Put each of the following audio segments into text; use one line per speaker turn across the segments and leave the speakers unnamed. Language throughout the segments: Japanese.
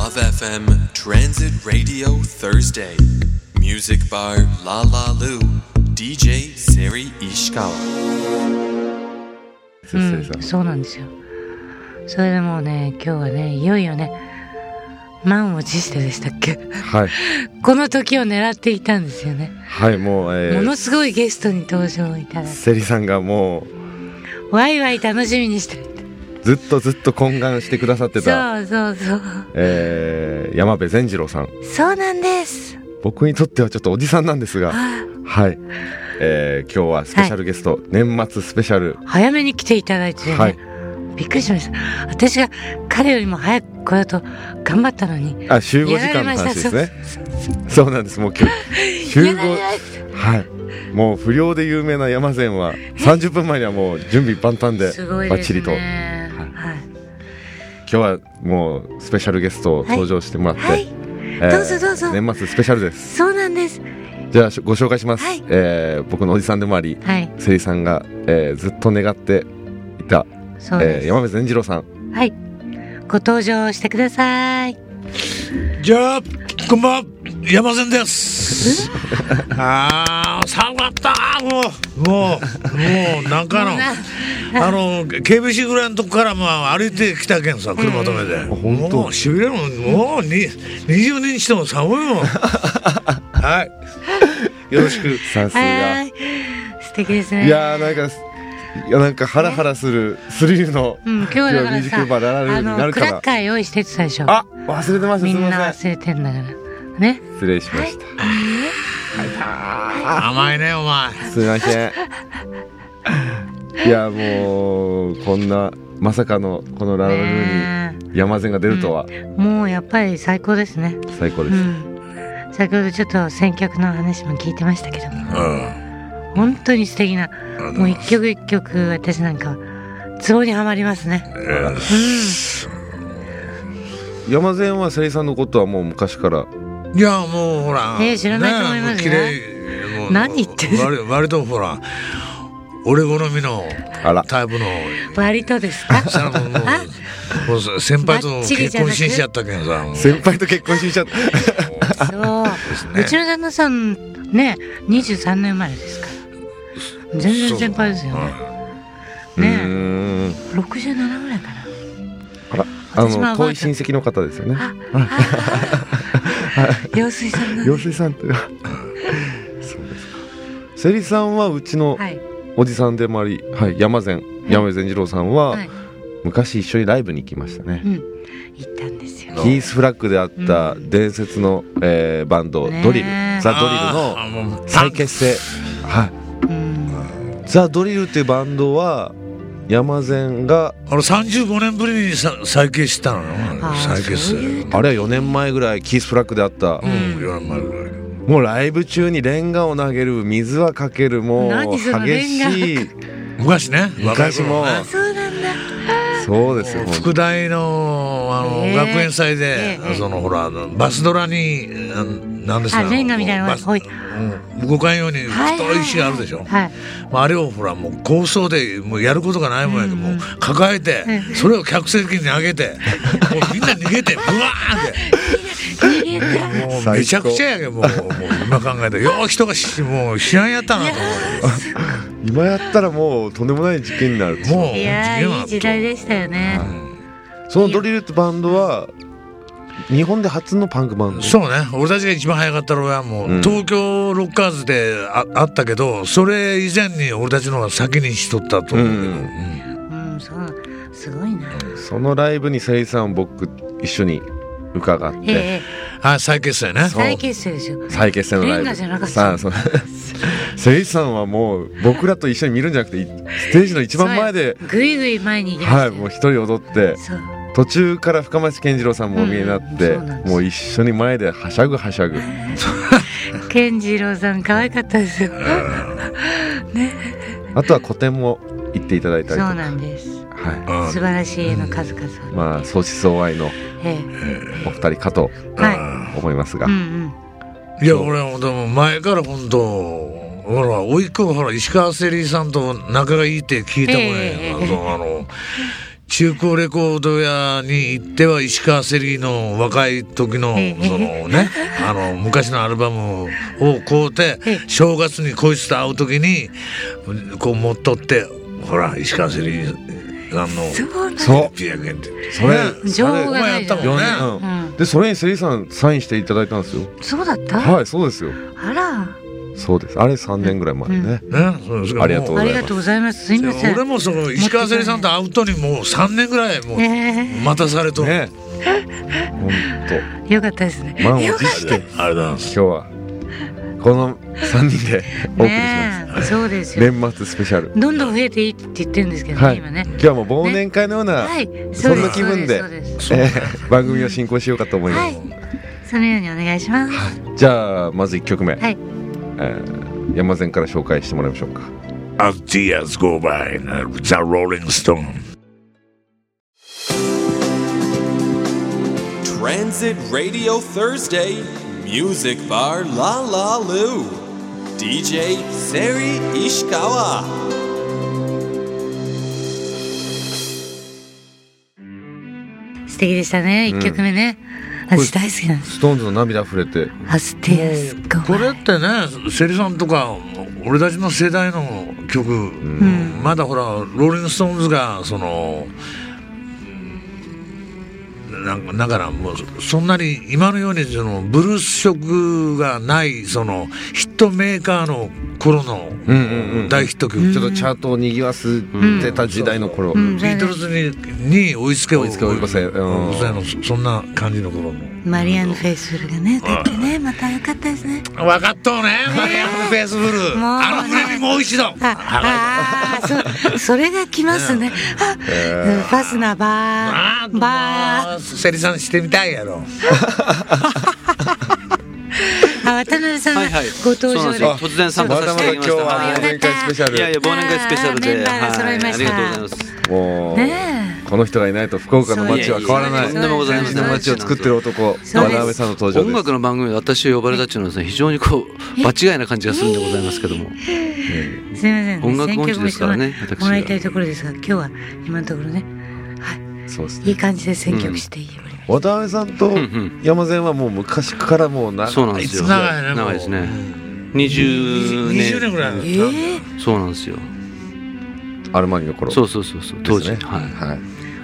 FM Transit Radio Thursday. Music bar La La Lu. DJ Seri Ishikawa.
う
節制
ん
さん、、
そうなんですよそれでもうね今日はねいよいよね満を持してでしたっけ
はい
この時を狙っていたんですよね、
はいもう、えー、
ものすごいゲストに登場いただいて
セリさんがも
ワイワイ楽しみにして
うずっとずっと懇願してくださってた、
そうそうそう
えー、山辺善次郎さん
そうなんです
僕にとってはちょっとおじさんなんですが
あ
はい、えー、今日はスペシャルゲスト、年末スペシャル
早めに来ていただいて、ね
はい
びっくりしました私が彼よりも早く来ようと頑張ったのに
あ集合時
やら
間
れ
の
まし
話
た
ですねそうなんですもう今日集合
やられまし
はいもう不良で有名な山善は30分前にはもう準備万端で
すごい
バッ
で
チ
す
リと今
ねはい
日はもうスペシャルゲストを登場してもらって、
はい、
え
どうぞどうぞ
年末スペシャルです
そうなんです
じゃあしご紹介します、
はい
えー僕のおじさんでもあり
はい
セリさんが、えーずっと願っていた、
そう
え
で
ー
す、
山辺善次郎さん
はいご登場してください
じゃあ、こんばんは、山善 です。ああ、寒かった、もう、もう、もう、なんかの。あの、KBC ぐらいのとこから、まあ、歩いてきたけんさ、車止めて。
本当
もう、しびれるもん、もう、に、二十人しても寒 いもん。はい。よろしく。
さすが
はい素敵ですね
いやーなんかすいやなんかハラハラするスリルの、
うん、今日はだか
ミュ
ら
ージックバーララル
さあ
にな
の
る
ク
か
ラッ
ら
カー用意してってたでしょ
あ忘れてました
み
すみ
んな
ませ
忘れてんだからね
ん失礼しました、
甘いね、お前。
すみま せんいやもうこんなまさかのこのララルー
ね
に山善が出るとは
えもうやっぱり最高ですね
最高で
う
す、
ん先ほどちょっと選曲の話も聞いてましたけども
うん。
本当に素敵な
あ
もう
の
一曲一曲私なんかツボにはまりますね
えー
山善はセリさんのことはもう昔から
いやもうほら、
ええ知らないと思いますよ
ねえもう綺麗もう
何言ってる
割割とほら俺好みの
あら
タイプの
割とで すか
したらもうもうもう先輩と
バッチリ
結
じゃな
婚
く
しんしちゃったけんさもう
先輩と結婚しちゃった
そう、
ね
うちの旦那さんね23年生まれですから全然先輩ですよね
う
ね
ーん
67ぐらいかな
あらあ
私も
の
覚
遠
え
い
て
親戚の方ですよね
ああ陽水さんの
陽水さんとそうですかセリさんはうちの
はい
おじさんでもあり、はい、山善山善二郎さんは、
はい
昔一緒にライブに行きましたね
う、ん行ったんですよ
キース・フラッグであった伝説の、えーバンド、
ねえ
ドリルザ・ドリル
あー
の
もう
再結成、はい、
うん
ザ・ドリルっていうバンドは山善が
あの35年ぶりにさ再結したのよ
あー
再結
そうい
成
う
あれは4年前ぐらいキース・フラッグであった、
うん4年前ぐらい
もうライブ中にレンガを投げる水はかけるもう
何その
激しい
昔ね若い
昔
頃
も
ね
そうなんだ
そう ですよもう
副大のあの、
ええ
学園祭で、
ええ
そのほらバスドラになんなんですか
あレンガみたいなのが
バス
置いて
うん動かんように太い石があるでしょ、
はい
まあ、あれをほらもう構想でもうやることがないもんやけど、もう抱えて、それを客席に上 げてもうみんな逃げてブワーンっ
逃
て
げた
もうめちゃくちゃやけどもうもう今考えてよう人がしもう知らんやったなと思
今やったらもうとんでもない事件になる
ってもう
いや
事件は
ーいい時代でしたよね
そのドリルってバンドは日本で初のパンクバンド
そうね俺たちが一番早かったのはもう、東京ロッカーズでああったけどそれ以前に俺たちの方が先にしとったと思うけど、
うん
うんそうすごいな
そのライブにセリさんを僕一緒に伺って、
ええ
あ再結成ね
再結成でしょ
再結成のライブ
レンガじゃなかった
さあそう セリさんはもう僕らと一緒に見るんじゃなくていステージの一番前で
そうやぐいぐい前に行きま
はい
し
もう一人踊って
たそう
途中から深町健次郎さんもお見えになって、
うんそうなんです
もう一緒に前ではしゃぐはしゃぐ
健次郎さん可愛かったですよ
あとは個展も行っていただいた
そう
りとか
なんです
は
うん
素晴らしい絵の数々を
いまあ相思相愛の
え
お二人かと
えは
思いますが、
いうんうん
いや俺はでも前から本当ほら甥っ子がほら石川セリさんと仲がいいって聞いたもんや、
ええええ
あのあの中古レコード屋に行っては石川セリーの若い時のそ のねあの昔のアルバムを買うて正月にこいつと会う時にこう持っとってほら石川セリーさんの
そうなん
そう
ピアゲンって
それ
情報
お
がな
前
い
やっ
じゃ
た
ん
もんね
よね
うん
でそれにセリさんサインしていただいたんですよ
そうだった、
はいそうですよ
あら
そうですあれ3年ぐらい前ね、
ねそうそう
ありがとうご
あ
ざい
り
ます
がとうございますすいません
俺もその石川セリーさんと会うとにもう3年ぐらいもう
ね
待たされとる、
ね本
えよかったですね
当満を
よ
持して今
あれだ
日はこの3人でお送りしま
ねえそうです
す、
よ
年末スペシャル
どんどん増えていいって言ってるんですけどね、
はい
今ね
今日はもう忘年会のような、
はい
そんな
そうです
気分で
そうですそうです
えー 番組を進行しようかと思います、
はいそのようにお願いします
じゃあまず1曲目、
はい
えー山善から紹介してもらいましょうか
As Tears Go By The Rolling Stone
Transit Radio Thursday, Music Bar La La Lu. DJ Seri Ishikawa.
素敵でしたね一曲目ね、私大好きなんです
ストーンズの涙溢れて
アスティアスコ
これってねセリさんとか俺たちの世代の曲、まだほらローリング・ストーンズがそのうんなんかだからもうそんなに今のようにそのブルース色がないそのヒットメーカーの頃の
うんうんうん
大ヒット曲、
ちょっとチャートを賑わすってた時代の頃、
ん
ビートルズにに追いつけ
追いつけ追い越せうん
追い越せのそそんな感じの頃の。
マリアン・フェイスフルがね歌ってねまた良かったですね
分かっとうね、マリアム・フェイスブルー。
もうね
あの船にもう一度。
ああーそそれが来ますねあファスナーバーバー
あ、セリさんしてみたいやろ。
あ渡辺さん
はい
が
はい。
ご登場で
そうなんですよ突然参
ま
加
だ
さ
ま
せ
だ
てい
今日
ただきま
は
し
忘年会スペシャ
た。いやいや
ル
忘年会スペシャルで、
メンバーが揃いました
はい、ありがとうございます。
もう
ね
この人がいないと福岡の街は変わらない
そう
とんでもございません。
そう
街を作ってる男
す
渡辺さんの登場です
音楽の番組で私を呼ばれたっていうのはですね、非常にこう場違いな感じがするんでございますけど
す
も、
みませんね
音楽音痴ですからね
選曲
私
も
は
もらいたいところですが今日は今のところねは
そうです
いい
ね
い感じで選曲していいように
渡辺さんと
ん
山善はもう昔からもうな
そうなんですよ。
長いねもう
長いですね。20
20年ぐらい。
ええ
そうなんですよ。
アルマニの頃
そうそうそうそう。当時、
ですね
はい。
はい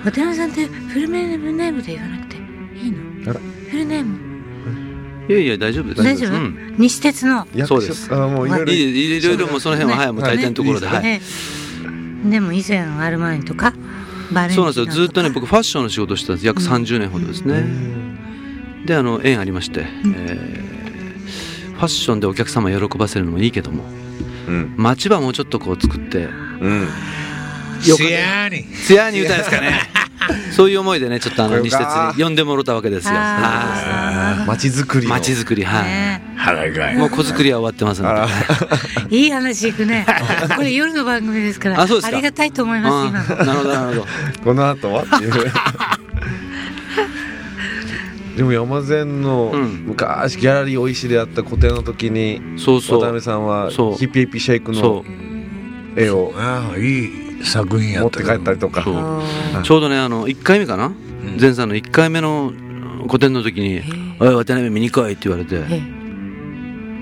渡辺さんってフルネームネームで言わなくていいの
あら
フルネーム
いやいや大丈夫です。
大丈夫
うん
西鉄の
役所
そうです
あもういろい
い
ろ
いいろいろもうその辺ははいもう大体のところで、
ね
はい。
ええでも以前アルマーニとかバレンティーナ
そうなんです
と
よ。
か
ずっとね僕ファッションの仕事をしてたんです約30年ほどですね。であの縁ありまして、えーファッションでお客様喜ばせるのもいいけども
うん
街場もうちょっとこう作って
うん
シアーに。
艶に歌いです かねそういう思いでねちょっとあの
これ
西
か
鉄に呼んでもろたわけですよは
あ
街づくり
い
の
街づくり
ー
はい、
ね
腹が
もう子作りは終わってますんで
あ
えいい話いく ねこれ夜の番組ですから
あそうですか
りがたいと思います今の
あーなるほどなるほど
この後はって いうでも山善の
うん
昔ギャラリーおいしでやった個展の時に
そう
渡
そう
辺さんはヒ
そう
ッピヒッピシェイク
そ
の絵を
ああ、いい作品や
持
っ
ったて
け
帰
ど。
ったりとか
そう
は
うちょうどねあの1回目かな、前さんの1回目の個展の時に「おい渡辺見に来い」って言われて、
え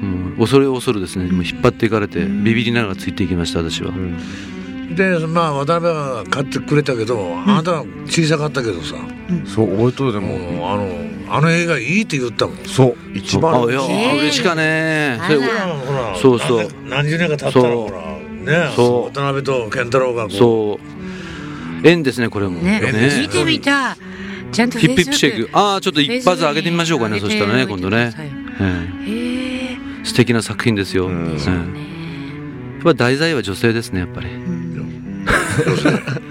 うん、恐れ恐るですねもう引っ張っていかれてビビりながらついていきました私は、
で、まあ、渡辺は買ってくれたけど、あなたは小さかったけどさ、
そう覚えとるで
も
も
う、あの、あの映画いいって言ったもん。
そう一番
あいや
えー
嬉しかねそれ
あら
ほら
そうそう
何十年か経ったら、
そう
ほら。ね
そう
渡辺と健太郎がこう
そう縁ですねこれも
ね聞いてみたちゃんと
ヒップヒップシェイ
Facebook
クああちょっと一発上げてみましょうかね
Facebook
そしたらね
上げ
今
て
度ね
上げてくださいよ、
え
へえ
え素敵な作品ですよ、
ん
ええ
で
やっぱ題材は女性ですねやっぱり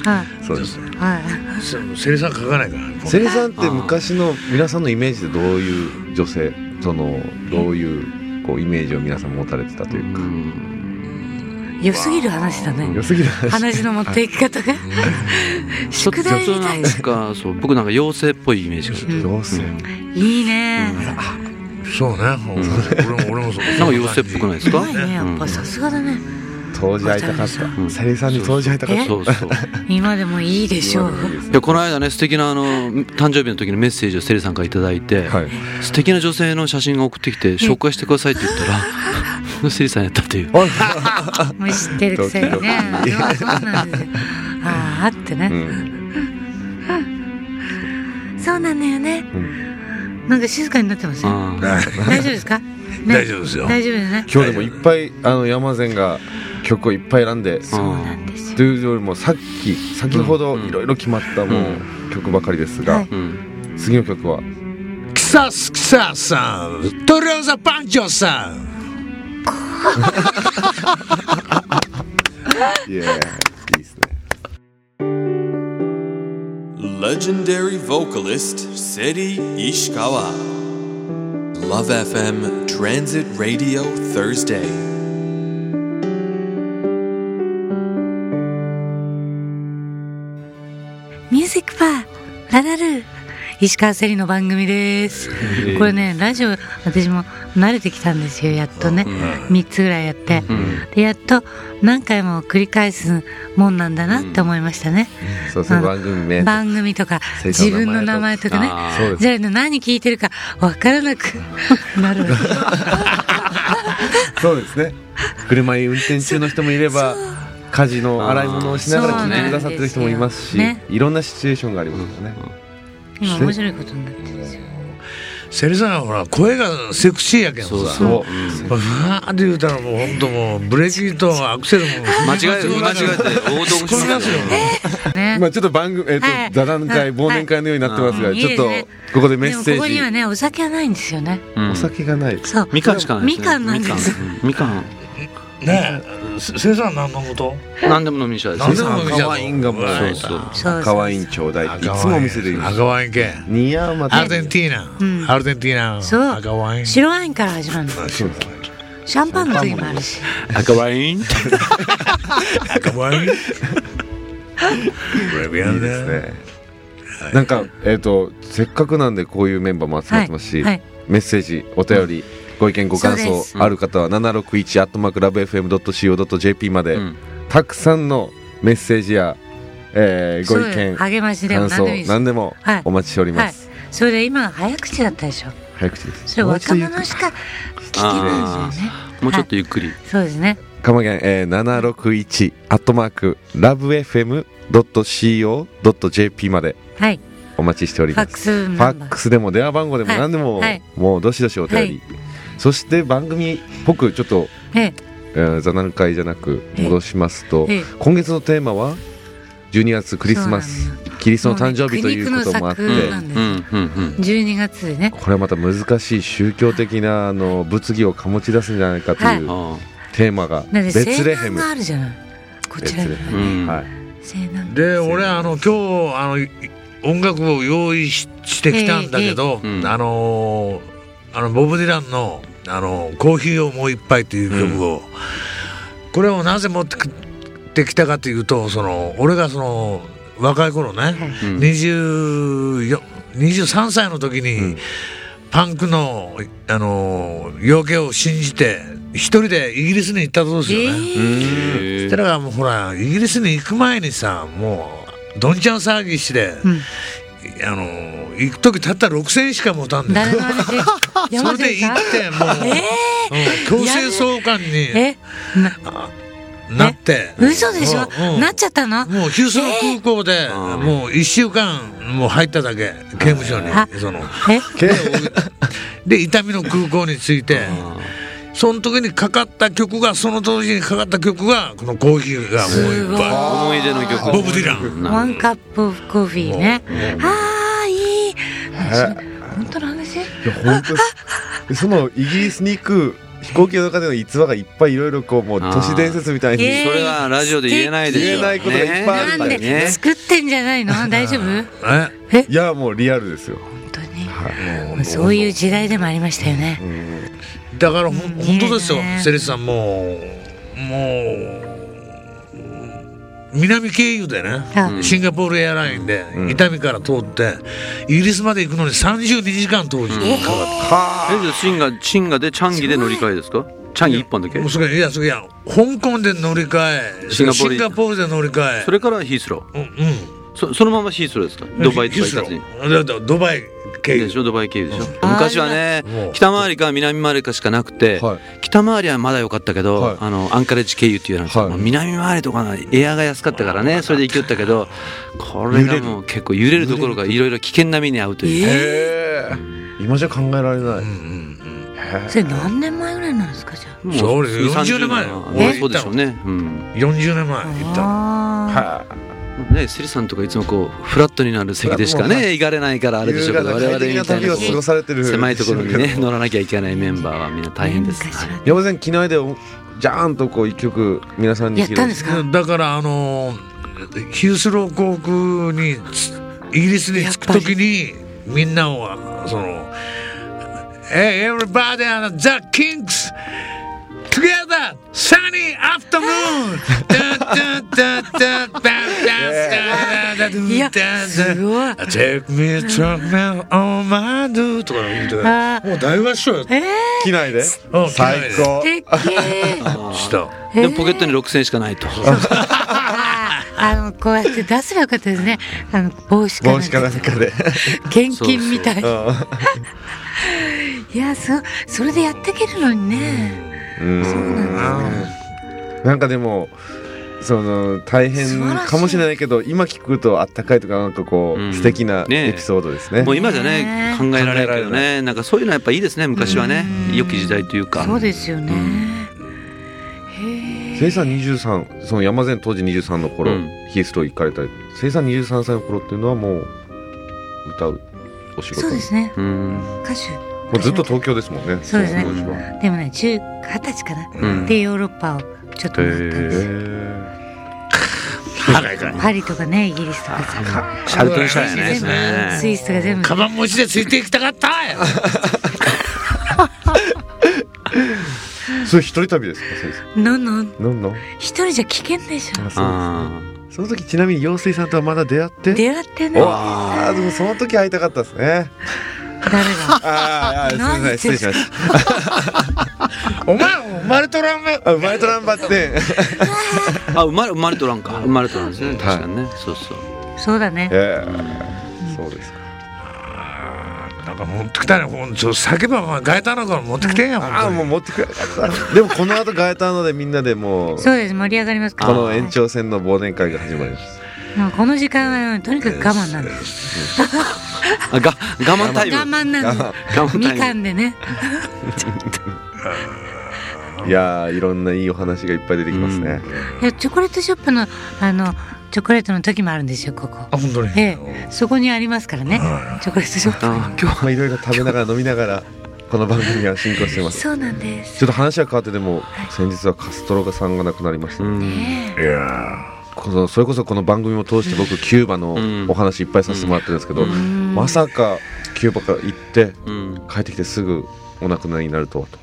はい
そうです
はい
そうセリさん書かないから
セリさんって昔の皆さんのイメージでどういう女性そのどういうこうイメージを皆さん持たれてたというか
良すぎる話だね
良すぎる話
話の持っていき方が宿題
そう
みた
ないんかそう僕なんか妖精っぽいイメージがある
どうする
いいね
そうね。俺も、俺もそう。
なんか妖精っぽくないですか
うまいねやっぱさすがだね
当時会いたかっ
う
た
ん
さゆりさんに当時会いたかっ
え
た
そうそう
今でもいいでしょう
今でもいいです
いやこの間ね素敵なあの誕生日の時にメッセージをセリさんから頂いて、
はい
素敵な女性の写真を送ってきて紹介してくださいって言った らセリさんやったっていう
もう知ってるくせにね
ドキドキ
あそうなんですよああって
う
ね、
ん
そうなのよね
うん
なんか静かになってますよ
あー
大丈夫ですか、ね
大丈夫ですよ
大丈夫ですね
今日でもいっぱいあの山善が曲をいっぱい選んで
そうなんですよ
というよりもさっき先ほどいろいろ決まったもう曲ばかりです
は
が
い
うん
次の曲は
キサスキサさんトリオザパンチョさん
いやいいですね
Legendary vocalist Seri Ishikawa. Love FM Transit Radio Thursday.
ミュージックバーララルー石川セリの番組です、これねラジオ私も慣れてきたんですよやっとね、3つぐらいやって、でやっと何回も繰り返すもんなんだなって思いましたね、
そうですね
あの
番組名と
番組とか
聖書
自
の名前と
分の名前とかね
あ
そうです
じゃあ何聞いてるか分からなくなるわけ
そうですね車に運転中の人もいれば家事の洗い物をしながら聞いてくださってる人もいますし
そうなんです
いろんなシチュエーションがありますよね
今面白いことになってるんですよ
セリさんはほら声がセクシーやけんさ
そうそう
そう
ふわーって言うたらもう本当もうブレーキとアクセルも
間違え間違えて大道具し
これ
ま
ます
した
よ
よ
ね
今ちょっと番組えっと
はい
座談
はい
会忘年会のようになってます
う
が
ん
ちょっと
いいですね
ここでメ
で
ッ
も
セ
ここ
ー
に
ジ
はねお酒はないんですよね
うん
お酒がない
そう
みかんしかないですね
みかんなんです
みかんみかん
ねえせセリさん何のこと
何でも飲みにしちゃう
何
で
ですも飲みにしちゃ
赤
う
ワインがもう
そう
そう
そう
赤ワインちょうだいっていつもお店で言う
赤ワイン系
似合うま
ア
た
ルゼンティーナ、
ん
アルゼンティーナ
そう
赤ワイン
白ワインから始まるの
そうです
シャンパンの時もあるし
赤ワイン
赤 ワインブレビアン
いいですねなんかえっとせっかくなんでこういうメンバーも集まってますし
はいはい
メッセージお便りご意見ご感
そうです
想ある方は761アットマークラブ FM.co.jp まで
うん
たくさんのメッセージやえーご意
そう
見
励ましでも
感想
何でもいいです
何でも
はい
お待ちしており
は
ま
い
す
それ今早口だったでしょ
早口です
それ若者しか聞けない
あ
ですよね
もうちょっとゆっくり
そうですね
かまげん、えー、761アットマークラブ FM.co.jp まで
はい
お待ちしており
ファ
ま
ッ
す
クス
ファ
ナンバ
ッ
ー
クスでも電話番号でも
はい
何でも、
はい
もうどしどしお便り、そして番組っぽくちょっと、
え
えー、座談会じゃなく戻しますと、
ええ
今月のテーマは12月クリスマス
そうな
キリストの誕生日ということもあって、
もうね苦肉の策なんです
うんうん
え12月でね
これはまた難しい宗教的なあの物議を醸し出すんじゃないかと
はい
うん
う
あ
テーマが、
な
ベ
んで
ツ
西
レヘ
南
ム
があるじゃないこちらに
ベツレ
ーうん
はい
西南
で俺あの今日あのい音楽を用意ししてきたんだけど、
ええええうん
あのーあのボブ・ディランの「あのコーヒーをもう一杯」という曲を、これをなぜ持ってくってきたかというとその俺がその若い頃ね、
ん
24 23歳の時に、パンクの、あのー、要求を信じて一人でイギリスに行ったそうです
え
よね。
ー
そし
へー
たらもうほらイギリスに行く前にさもうどんちゃん騒ぎして、
うん
あの行く時たった6,000円しか持たんで
誰の話
そ
山
れで
瀬
行
さん
ってもう、うん強制送還に
えな
なって
嘘でしょ
うんうん
なっちゃったの
もうヒューストン空港で、もう1週間もう入っただけ刑務所に
あ
その
え
で伊丹の空港に着いてその時にかかった曲がその当時にかかった曲がこのコーヒーがもういっぱ
思い出の曲
ボブディラン
な
ワンカップオブコーヒーねああいい本当の話
いや本当そのイギリスに行く飛行機の中での逸話がいっぱいいろいろこうもう
あー
都市伝説みたいに、
えー
それはラジオで言えないでしょ
言えないことがいっぱいある
なん
だよ
で
ね
作ってんじゃないの大丈夫本
いえ
いやもうリアルですよ
当にまあそういう時代でもありましたよね
だからほん
うん
本当ですよ
いいね
セリさんもうもう南経由でね
あ
シンガポールエアラインで伊丹から通ってイギリスまで行くのに32時間当時かかっ
えじゃあチンガチンガでチャンギで乗り換えですかチャンギ1本だけ
もうすごいいやすごいいや香港で乗り換え
シンガポー
シ
ル
ンガポールで乗り換え
それからヒースロー
うんうん
そそのままヒースローですかドバイとか行かずに
にだだドバイ経由
でしょドバイ経由でしょ
あー
昔はね
もう
北回りか南回りかしかなくて、
はい
北回りはまだ良かったけど、
はい
あのアンカレッジ経由っていうようなんですけど
はい
南回りとかのエアが安かったからねそれで行きよったけどこれがもう結構揺れるどころかいろいろ危険な目に遭うという、
へえ今じゃ考えられない、
それ何年前ぐらいなんですかじゃ
も
そうですよ40年前
もうそうでしょうね、うん、
40年前
あ
行ったの
あ
ねセリさんとかいつもこうフラットになる席でしか
フラットもうは
ね行かれないからあれでしょうけど我
夕方
々みた
快
い
適
な
な旅
こ
を過ご
う
されてる
狭いところに ね
の
乗らなきゃいけないメンバーはみんな大変です、はい
は
山崎昨日でおじゃーんとこう一曲皆さんに
や
披
っ
露
たんですか
だからあのーヒュースロー航空につイギリスに着くときにみんなをその「Hey everybody and the Kings together sunny afternoon!」
いやすごい
Take me to my own mind とか言うて
あー
もう大合唱やった
ええ
機内で
うん
最高
ー、素敵
した
でもポケットに6000円しかないと
ああのこうやって出せばよかったですねあの帽子か
帽
な
子かなん
んか
かで
現金みたい
うん
いやそそれでやっていけるのにね
なんかでもその大変かもしれないけど今聞くとあったかいとかなんかこう、
うん
素敵な
ねえ
エピソードですね
もう今じゃね
ね
考えられないけど
考えら
ねなんかそういうのはやっぱいいですね昔はね
うん
良き時代というか
そうですよね、へ
生
え
産23その山善当時23の頃、
うん
ヒースロー行かれたり生産23歳の頃っていうのはもう歌うお仕事
そうですね
うん
歌手
もうずっと東京ですもんね
そうですね
の当時は
でもね10 20歳かな、
うん
でヨーロッパをちょっと回ったんですよ
へ
腹痛い
パリとかねイギリスとかさ
シャルトンしたいね
全部スイスとか全部
カバン持ちでついていきたかった
えそれ一人旅ですか先
のんのん
生なんなん
一人じゃ危険でしょ
あ
その時ちなみに陽水さんとはまだ出会って
出会ってない
おあーでもその時会いたかったですね
誰が
あーあー
何
すいません失礼しました
お前生まれとらんが
あ前とランバ って
ーあ生まれ生まれとらんか生まれとらんですね
い
確かにねそうそう
そうだね
ええそうですか
なんか持ってきたねほんと酒ばお前ガイターなんか持ってきてんや
ああもう持ってくれなかったでもこの後ガエターのでみんなでもう
そうです盛り上がりますから
この延長戦の忘年会が始まります
もうこの時間はとにかく我慢なんです
あが我慢タイム
我慢なん で
我
す
慢
み
タイム
かんでね
いやーいろんないいお話がいっぱい出てきますね、
いやチョコレートショップのあのチョコレートの時もあるんですよここ
あ本当に
ええそこにありますからねチョコレートショッ
あ今日
まあいろいろ食べながら飲みながらこの番組は進行してま
プ
す
そうなんです
ちょっと話は変わってでも先日はカストロガさんが亡くなりました、
うん
ね
いや
このそれこそこの番組を通して僕キューバのお話いっぱいさせてもらってるんですけど、
ん
まさかキューバから行って
うん
帰ってきてすぐお亡くなりになるとはと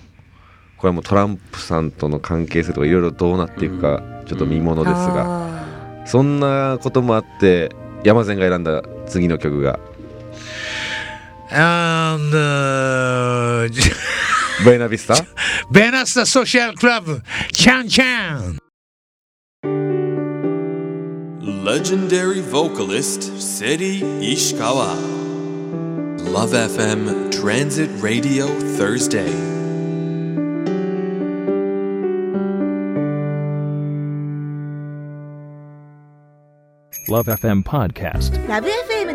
これはもうトランプさんとの関係性とかいろいろどうなっていくかちょっと見もの
え
ですが、
あ
そんなこともあって山善が選んだ次の曲が
あ And uh,
「ベーナビスタ」
ベナスタソーシャルクラブチャンチャン
Legendary vocalist Seri Ishikawa. Love FM Transit Radio Thursday.
Love FM Podcast.
ラブ f m